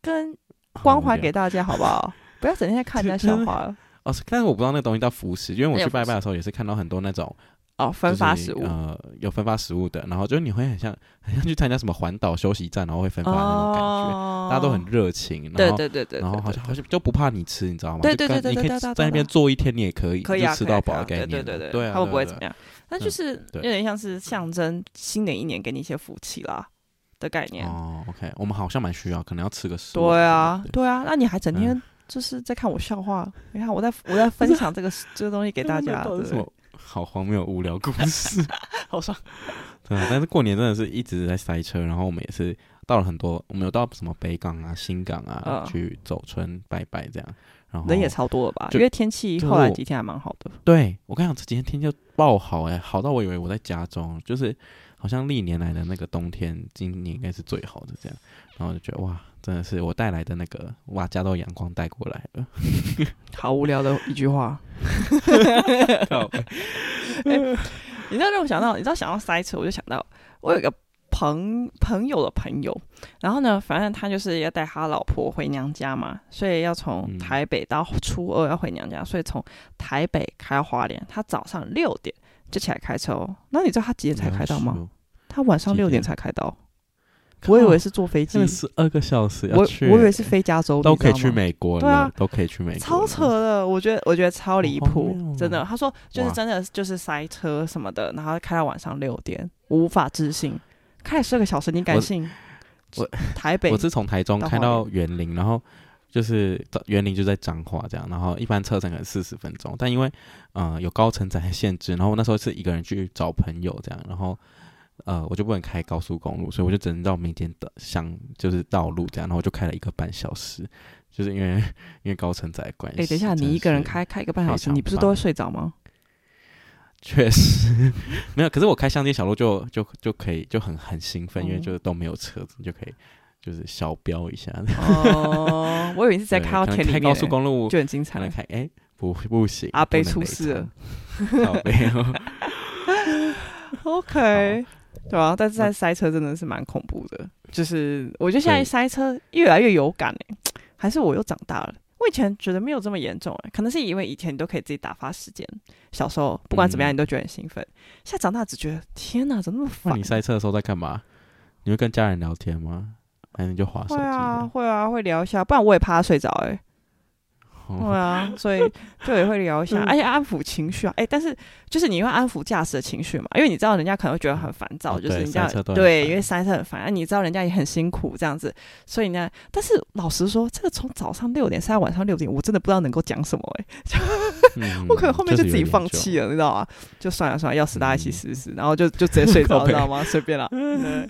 跟关怀给
他
大家，好 不好？不要整天在看人家笑话了
哦，是但是我不知道那个东西叫服食，因为我
那
去
个
拜拜的时候也是看到很多那种
哦，分发食
就
物
是、呃有分发食物的，然后就是你会很像很像去参加什么环岛休息站，然后会呃分发的那种感觉，
哦
大家都很热情，然后
对对对对，
然后
对
好像
对
好像就不怕你吃，你知道吗？
对
就
对
干
对对
你可
对
以
对
在那边
对
坐一天，你也可以，
可以
就
啊，
吃
可以
到
啊
饱的
可以啊
概
对
念，
对对
对啊，
他们不会
对
怎么
对
样，那
嗯
就是有
对
点像是象征新的一年给你一些福气啦的概念。
哦，OK，我们好像蛮需要，可能要吃个十碗
对啊
之类，的
对啊，那你还整天
嗯
就是在看我笑话？你看我在我在分享这个这个东西给 大家，
到底
对不
啊是什
对
么好荒谬无聊故事， 好爽。对啊，但是过年真的是一直在塞车，然后我们也是到了很多，我们有到什么北港啊、新港啊、
嗯
去走村拜拜这样，然后
人也超多了吧？
哦就
因为天气
就是
后来
我
几天还蛮好的。
对我跟你讲，这几天天气就爆好哎、好到我以为我在家中，就是好像历年来的那个冬天，今年应该是最好的这样，然后就觉得哇，真的是我带来的那个瓦加豆阳光带过来了。
好无聊的一 句话。哎
靠北
你知道让我想到，你知道想到塞车，我就想到我有一个朋朋友的朋友，然后呢，反正他就是要带他老婆回娘家嘛，所以要从
嗯
台北到初二要回娘家，所以从台北开到花莲，他早上六点就起来开车哦。那你知道他几点才开到吗？？他晚上
嗯几点
六点才开到，
靠
我以为是坐飞机
真，的十二个小时
我
要去，欸
我以为是飞加州，
都
你知
可
道
以去
吗
美国了，
对啊
都可以去美国，
超扯。的，我觉得我觉得超离
好荒谬
谱
哦，
真的。他说就是
哇
真的就是塞车什么的，然后开到晚上六点，无法置信。开十二个小时，你敢
我
信？
我
台北
我是从台中
到
开
花
到园林，然后就是园林就在彰化这样，然后一般车程可能四十分钟，但因为呃有高承载的限制，然后我那时候是一个人去找朋友这样，然后呃我就不能开高速公路，所以我就只能到民间的乡就是道路这样，然后我就开了一个半小时，就是因为因为高承载的关系。
哎，等一下，
真
你
的
一个人
是
开开一个半
非
小时，
常
你不是
棒
都会睡 着吗？
确实 没有，可是我开乡间小路就就就可以就很很兴奋，因为
嗯
就是都没有车子，你就可以就是小飙一下。
哦，我以为你是在
对
开到
可能
田里
开
面，欸
高速公路
就很精
才能
彩。
开，哎、不不行，
阿
贝
贝出事了，
好悲哦。
OK，对啊，但是在塞车真的是蛮恐怖的，就是我觉得现在
对
塞车越来越有感哎、还是我又长大了。我以前觉得没有这么严重哎、可能是因为以前你都可以自己打发时间，小时候不管怎么样
嗯
你都觉得很兴奋，现在长大只觉得天哪，怎么那么
那
烦
你？塞车的时候在干嘛？你会跟家人聊天吗？还是你就划手
会
机？
啊，会啊，会聊一下，不然我也怕他睡着哎、对
哦
啊，所以就也会聊一 下，而且安抚情绪啊。哎、但是就是你会安抚驾驶的情绪嘛，因为你知道人家可能会觉得很烦躁，
哦
就是
对
人家
塞车都很
对，
烦
因为塞车很烦，啊、你知道人家也很辛苦这样子，所以呢，但是老实说，这个从早上六点塞到晚上六点，我真的不知道能够讲什么哎、
嗯
我可能后面
就
就是自己
有点
放
久
弃了，你知道吗？就算了算了，要死大家一起
嗯
试试，然后就就直接睡着，
靠
你
北
知 道吗？随便啦。对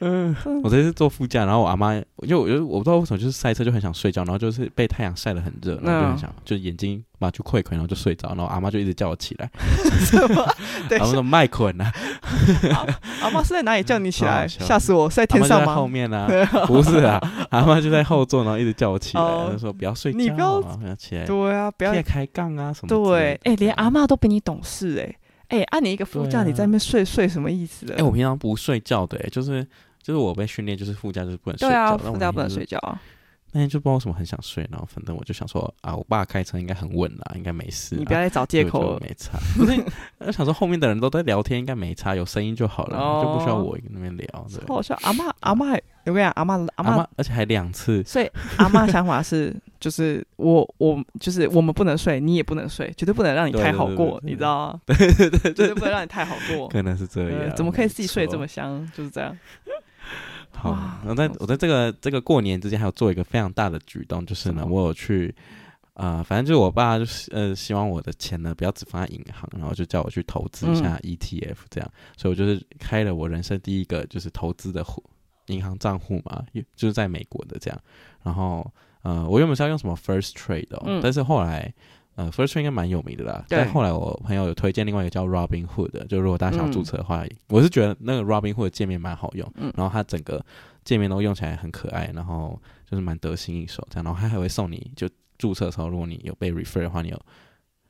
嗯，我这次坐副驾，然后我阿妈，我就我就我不知道为什么，就是塞车就很想睡觉，然后就是被太阳晒得很热，然后就
嗯
很想，就眼睛嘛就溃溃，然后就睡着，然后阿妈就一直叫我起来，
什么？等
然
一
后
下，
说麦捆 啊，
阿妈是在哪里叫你起
好好
来？
笑
吓死我！是在
阿
天
妈就
上
在后
吗？
面啊， 不是啊，阿妈就在后座，然后一直叫我起来，
哦
然后说不要睡觉啊，
你不要
不要起来，
对啊，不要
起来开杠啊什么之类的，
对，哎、连阿
妈，
嬷都比你懂事哎、哎、按、你一个副
对
驾，你
啊
在那边睡睡什么意思啊
哎、
了？
我平常不睡觉的、哎，就是就是我被训练，就是副驾就是不能睡
对
觉，
啊，
但我
副
那
驾
天
不能
就是
睡觉啊，
那天就不知道为什么很想睡，然后反正我就想说啊，我爸开车应该很稳啦，应该没事、啊，
你不要再找借口了。
没差。不是，我想说后面的人都在聊天，应该没差，有声音就好了，
哦
就不需要我在那边聊。对
超好笑，阿嬷阿嬷，我跟你讲，啊阿嬷
阿
阿嬷，
妈，而且还两次，
所以阿嬷想法是，就是我我就是我们不能睡，你也不能睡， 绝对不能让你
对
太
对
好
对
过，
对
你知道吗？对对对，绝对不能让你太好过。
可能是这
呃
样。
怎么可以自己睡得这么
没错
香？就是这样。
好
哇？
我在我在这个这个过年之间还有做一个非常大的举动，就是呢，
什么
我有去。啊、反正就是我爸就是呃，希望我的钱呢不要只放在银行，然后就叫我去投资一下
嗯
ETF 这样，所以我就是开了我人生第一个就是投资的户银行账户嘛，也就是在美国的这样。然后呃，我原本是要用什么 First Trade 哦，
嗯
但是后来呃 First Trade 应该蛮有名的啦，
对
但后来我朋友有推荐另外一个叫 Robin Hood 的，就如果大家想要
嗯
注册的话，我是觉得那个 Robin Hood 的界面蛮好用，
嗯
然后它整个界面都用起来很可爱，然后就是蛮得心应手这样，然后它还会送你就注册的时候，如果你有被 refer 的话，你有。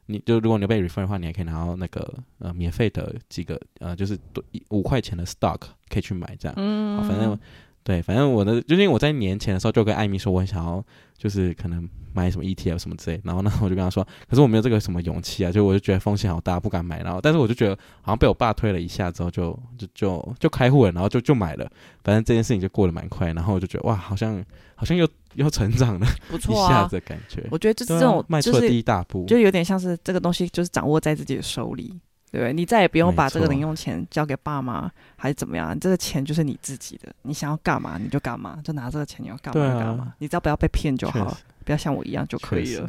你就如果你有被 refer 的话，你还可以拿到那个呃免费的几个呃就是多一五块钱的 stock 可以去买这样，
嗯
好，啊反正对，反正我的，就因为我在年前的时候就跟艾米说，我很想要就是可能买什么 ETF 什么之类，然后呢，我就跟他说，可是我没有这个什么勇气啊，就我就觉得风险好大，不敢买。然后，但是我就觉得好像被我爸推了一下之后就，就就就开户了，然后就就买了。反正这件事情就过得蛮快，然后我就觉得哇，好像好像又又成长了、
不
一
错
下
啊
子，的感觉。
我觉得就是
对
这种
啊、迈出
就
了
是
第一大步，
就有点像是这个东西就是掌握在自己的手里，对不对？你再也不用
没
把这个
错
零用钱交给爸妈，还是怎么样？这个钱就是你自己的，你想要干嘛你就干嘛，就拿这个钱你要干嘛
对啊
就干嘛，你只要不要被骗就
确
好
实
了，不要像我一样就可以了。，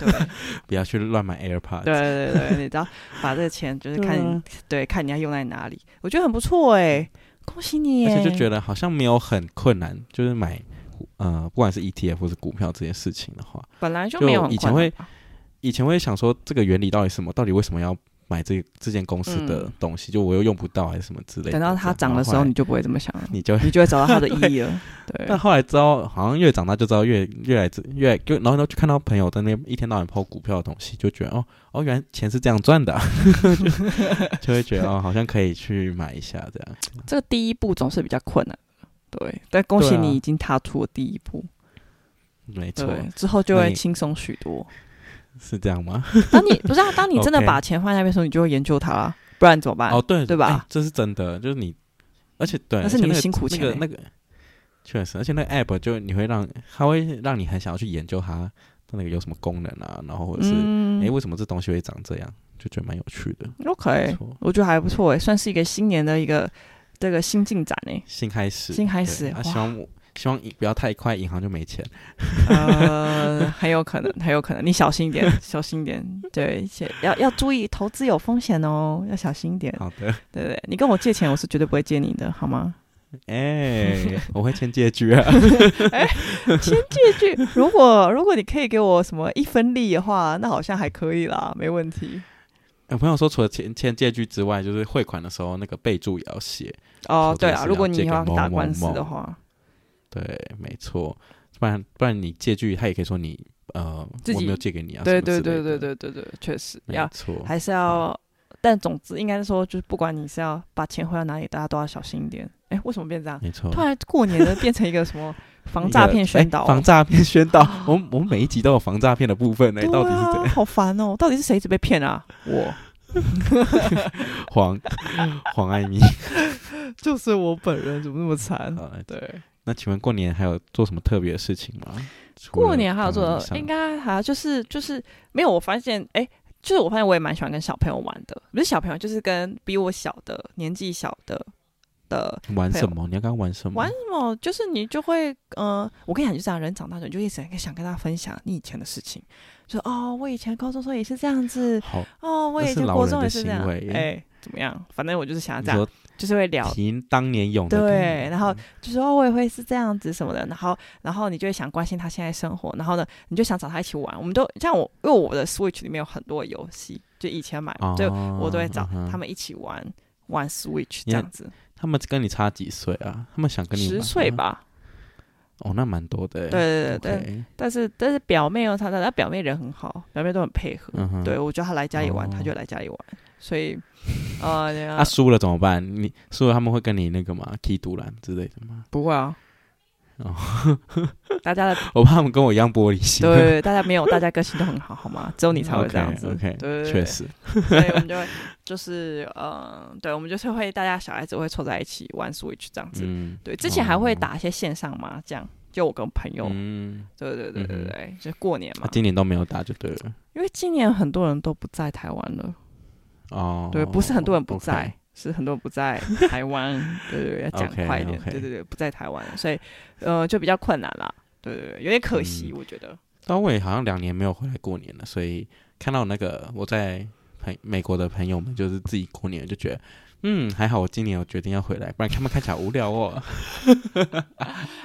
确实 不要去乱买 AirPods。
对对对，你只要把这个钱 就是
对
看
啊嗯
对看你要用在哪里，我觉得很不错哎，恭喜你耶！
而且就觉得好像没有很困难，就是买呃，不管是 ETF 或是股票这件事情的话，
本来就
就
没有很
以前
困难
会
吧
以前会想说这个原理到底是什么，到底为什么要买这这间公司的东西，就我又用不到还是什么之类的。
嗯等到它
这样
涨的时候，
然后后来
你就不会这么想了，
你就
你就会找到它的意义 了。对，
但后来知道，好像越长大就知道越越来自越就，然后呢就看到朋友在那边一天到晚抛股票的东西，就觉得哦哦，原来钱是这样赚的啊、 就就会觉得哦，好像可以去买一下这样。
这个第一步总是比较困难。对，但恭喜
对啊
你已经踏出了第一步，
没错，
对，之后就
那
会
你
轻松许多。
是这样吗？
当你不是、啊，当你真的
OK
把钱放在那边的时候，你就会研究它啦，不然怎么办？
哦，对
对吧
哎这是真的，就是你，而且对，
那是
而且
你的
个
辛苦钱
那个
欸
那个确实，而且那个 app 就你会让它会让你很想要去研究它它那个有什么功能啊，然后或者是哎、
嗯
诶为什么这东西会长这样，就觉得蛮有趣的。没
，OK，
错，
我觉得还不错诶，算是一个新年的一个这个新进展诶。
新开始，
新开
对
始
啊，
哇
希望我希望不要太快，银行就没 钱。
呃，很有可能，很有可能，你小心一点，小心一点，对，且要要注意，投资有风险哦，要小心一点。
好的，
对对，对你跟我借钱，我是绝对不会借你的，好吗？
哎、我会签借据啊。
借据， 如果如果你可以给我什么一分利的话，那好像还可以啦，没问题。
呃我朋友说，除了签签借据之外，就是汇款的时候那个备注也要写。
哦
说，
对
这
啊，
是
如
要
果你
借给
要
某
打
某
官司
某
的话，
对，没错，不然不然你借据，他也可以说你呃，
自己
我没有借给你啊。
对
什么
对
之类
对
的
对，对对对，确实
没
要
错，
还是要，但总之应该是说，就是不管你是要把钱汇到哪里，大家都要小心一点。哎，为什么变这样？
没错。
突然过年的变成一个什 么防诈骗宣导
哎
哦？
防诈骗宣 导，我们我们每一集都有防诈骗的部分呢、
对
到底是
啊，
怎
好烦哦！到底是谁一直被骗啊？我
黄 黄爱咪？
就是我本人，怎么那么惨？
好来
对，
呃那请问过年还有做什么特别的事情吗？除了
过年还有做
刚刚
的
以，上
应该还有就是就是没有。我发现，哎、就是我发现我也蛮喜欢跟小朋友玩的，不是小朋友，就是跟比我小的年纪小的的
玩
朋
什
友
么？你要跟他玩什么？
玩什么？就是你就会，呃，我跟你讲，就这样，人长大了，你就一直想跟他分享你以前的事情，就哦，我以前高中时候也是这样子，
好，
哦，我
那
以
是
前
老
国
人
中
的
也是这
行
样，
为
哎，怎么样？反正我就是想要
你
这样
说，
就是会聊，
提当年勇的感
对
觉，
然后就说、哦、我也会是这样子什么的，然后然后你就会想关心他现在生活，然后呢，你就想找他一起玩。我们都像我，因为我的 Switch 里面有很多游戏，就以前买，
哦
就我都会找
嗯哼
他们一起玩、玩 Switch 这
你还
样子，
他们跟你差几岁啊？他们想跟你
十
玩
岁
吗？
吧。
哦，那蛮多的欸。
对对对
OK，
对，但是但是表妹哦又她她表妹人很好，表妹都很配合。
嗯哼，
对，我觉得她来家里玩，
哦
她就来家里玩，所以呃，
啊，输了怎么办？你输了他们会跟你那个嘛，踢独篮之类的吗？
不会啊。
哦
大家的
我怕他们跟我一样玻璃心。
对大家没有，大家个性都很好，好吗？只有你才会这样子。
OK，
对，对
确。实，
对所以我们就会就是嗯，对，我们就是会大家小孩子会凑在一起玩 Switch 这样子。
嗯，
对，之前还会打一些线上麻将，就我跟朋友。
嗯，
对对对对
嗯哼
对，就过年嘛
啊，今年都没有打就对了。
因为今年很多人都不在台湾了。
哦，
对，不是很多人不
OK
在，是很多人不在台湾。对对对，要讲
OK，
快一点。
OK
对对对，不在台湾，所以呃就比较困难啦。对对对，有点可惜，
嗯
我觉得。
但我也好像两年没有回来过年了，所以看到那个我在朋美国的朋友们，就是自己过年就觉得，嗯，还好我今年有决定要回来，不然他们看起来好无聊哦。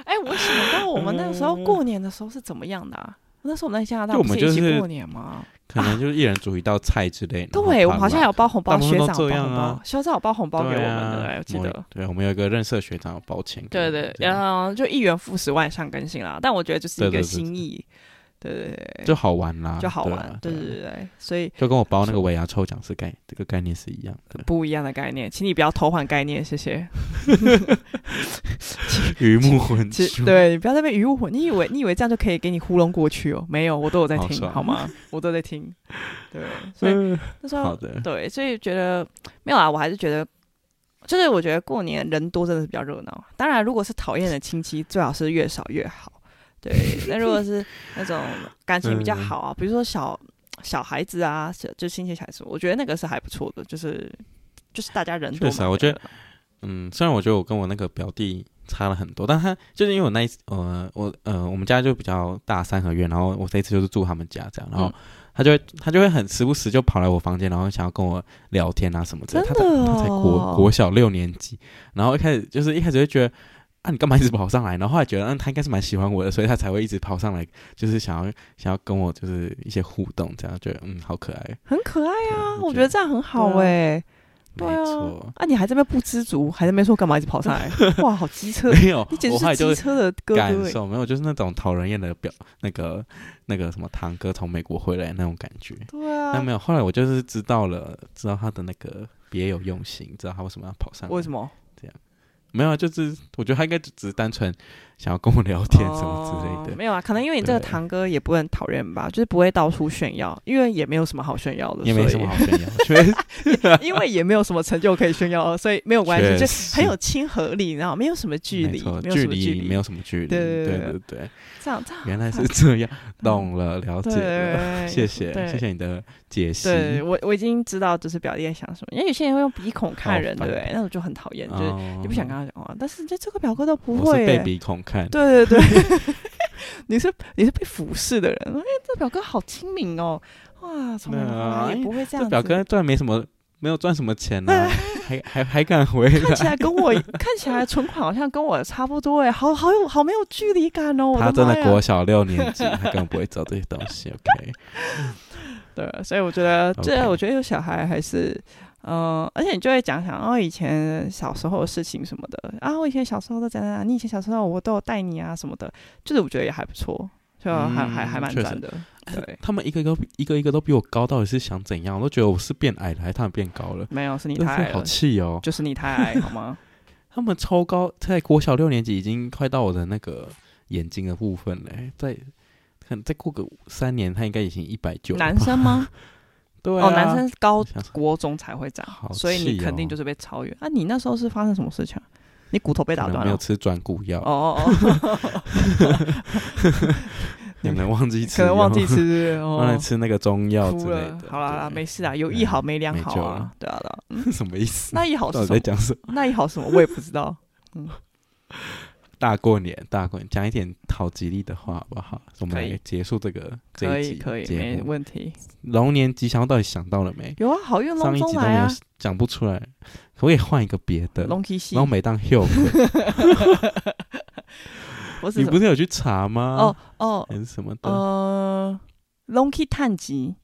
哎、我想到我们那时候过年的时候是怎么样的啊？那时候我们在加拿
嗯
大
就我
不
们
是一
就
起
是
过年吗？
可能就是一人煮一道菜之类的。
啊对，我们好像有
有
包红包，
啊大部
学
分都
长
这
有包
样
红
啊
包，学长有包红包给我们的，哎我记得。
对，啊我们有一个认识的学长有包钱给
对
我们。
对，
这样
然后就一元复始，万象更新啦。但我觉得就是
对
一个
对对
心意，对对对，
就好玩啦，
就好
对啊
玩，对
啊
对对对，所以
就跟我包那个尾牙抽奖是概这个概念是一样的，
不一样的概念，请你不要偷换概念，谢谢。
鱼目混
其实
珠。
对你不要在那边鱼我，你以为你以为这样就可以给你糊弄过去哦？没有，我都有在
好
听，
爽
好吗？我都在 听。对，所以
嗯，
那时
好
候
的，
对，所以觉得没有啊，我还是觉得，就是我觉得过年人多真的是比较热闹。当然，如果是讨厌的亲戚，最好是越少越好。对，那如果是那种感情比
嗯
较好啊，比如说小小孩子啊，小就亲戚小孩子，我觉得那个是还不错的，就是就是大家人多
确实啊
嘛
我觉得
对
嗯，虽然我觉得我跟我那个表弟差了很多，但他就是因为我那一次，呃，我呃，我们家就比较大三合院，然后我这一次就是住他们家这样，然后
嗯
他就会他就会很时不时就跑来我房间，然后想要跟我聊天啊什么之类的。他
真的
他才
哦
国国小六年级，然后一开始就是一开始就觉得。啊，你干嘛一直跑上来？然后后来觉得，嗯，他应该是蛮喜欢我的，所以他才会一直跑上来，就是想要想要跟我就是一些互动，这样觉得嗯，好可爱，
很可爱啊，
嗯
我觉得这样很好哎、
没
对啊
错，。
啊，你还在那边不知足，还在那边说干嘛一直跑 上来？哇，好机车，
没有
你，简
我
直
后来
是
就
机车的哥哥、
感
欸。
受没有，就是那种讨人厌的表，那个那个什么堂哥从美国回来那种感觉。
对
但
啊，
没有，后来我就是知道了，知道他的那个别有用心，知道他为什么要跑上来。
为什么？
没有啊，就是我觉得他应该只只是单纯想要跟我聊天什么
哦
之类的。
没有啊，可能因为你这个
对
堂哥也不会很讨厌吧， 就是不会到处炫耀，因为也哦没有什么好炫耀的，
也没
所以
什么好 炫耀，确实
因为也没有什么成就可以炫耀，所以没有关系，
确
就
实
很有亲和力，然后没有什么距
没
离，
错
没有什么 距
离
离，
没有什么距离，
对
对
对对
对对，
这样这样，
原来是这 样，懂了，了解了，
对，
谢谢
对
谢谢你的解析，哦
对我我已经知道就是表弟在想什么，因为有些人会用鼻孔看人，
好
对
烦
不对？那种就很讨厌，就是
哦
你不想跟他讲话，但是这这个表哥都不
我
会
是被
耶，
鼻孔看，
对对 对，你是你是被俯视的人，哎，这表哥好精明哦，哇，从来
对啊
也不会这样
这
子，
表哥赚没什么，没有赚什么钱呢， 还还还敢回
看起
来，
来跟我看起来存款好像跟我差不多哎，好好有好没有距离感哦，我
他真
妈
的
呀
国小六年级，他根本不会找这些东 西，OK，
对，所以我觉得
OK
这我觉得有小孩还是。嗯，而且你就会讲想哦，以前小时候的事情什么的啊，我以前小时候都怎样怎样，你以前小时候我都有带你啊什么的，就是我觉得也还不错，就还、还还
嗯
蛮
确
赚
实
的。对，
他们一个一个一个一个都比我高，到底是想怎样？我都觉得我是变矮了，还是他们变高了？
没有是你
真
太矮
是好
了，
气哦！
就是你太矮好吗？
他们超高，在国小六年级已经快到我的那个眼睛的部分了、再可能再过个三年，他应该已经一百九。
男生吗？
对、啊、
哦，男生高
想说
国中才会长
好，
所以你
气哦
肯定就是被超越。啊，你那时候是发生什么事情啊？你骨头被打
可能
断
没有
了？
吃转骨药，
哦哦哦，
可能忘记 吃
可
药，
能忘记吃
忘
哦
了。吃那个中药之
哭
类
了
的。，
好啦啦，
对
没事啦，有一好没两
没
好
救
啊
了，
对啊 对啊，嗯
什么意思？
那一好
到
是
底
什
在
么？
讲什么？
那一好是什么？我也不知道。
大过年，大过年，讲一点讨吉利的话好不好？我们
可以
来结束这个
可
这一
以
集
可以，
节
没
目。
问题。
龙年吉祥到底想到了没？
有啊，好运
上
龙
一
中
集都
来
没有
啊，
讲不出来，可不可以换一个别的？
龙提西
然后，每 当 h
不是
你
什么
不是有嗯去查吗？
哦，哦
还是什么的？
呃，龙 key 探集，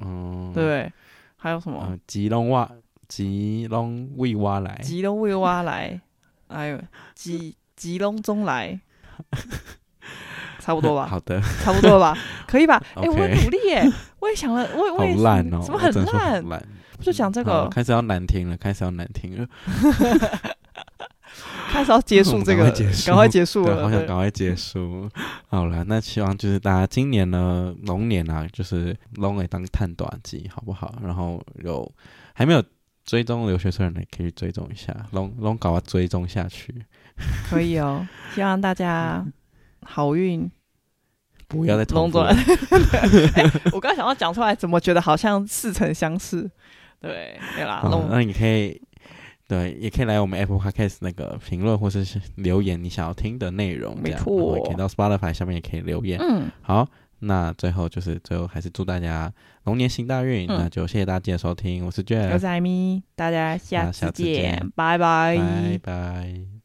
嗯，
对不，对？还有什么？
嗯，吉隆蛙，吉隆未蛙来，
吉隆未挖来，哎呦，吉吉隆中来，差不多吧，
好的，
差不多 吧，可以吧？哎、我
OK
很努力耶，我也想了，我也
好
我也
烂哦，
怎么
我只能
很
说
烂
很？烂？
不就讲这
好
个，
开始要难听了，开始要难听了，
开始要结 束这
我
个
们赶快结，束
赶快结 束
对，
了，
好想
对
赶快结束。 好了，那希望就是大家今年呢，龙年啊，就是龙尾当探短季，好不好？然后有还没有追踪留学生的人，可以去追踪一下龙龙搞啊，追踪下去。
可以哦。希望大家好运。
不要再重
龙
复
总，
了
哎、 我刚刚想要讲出来，怎么觉得好像似曾相识？对，对啦，
好
龙、
嗯那你可以对，也可以来我们 Apple Podcast 那个评论或者是留言你想要听的内容，
没
这样
错
然后也可以到 Spotify 下面也可以留言。
嗯，
好，那最后就是最后还是祝大家龙年行大运，
嗯
那就谢谢大家的收听，我是 j
我
e
是艾米，大家下
那下
次
次见
见，拜拜
拜拜。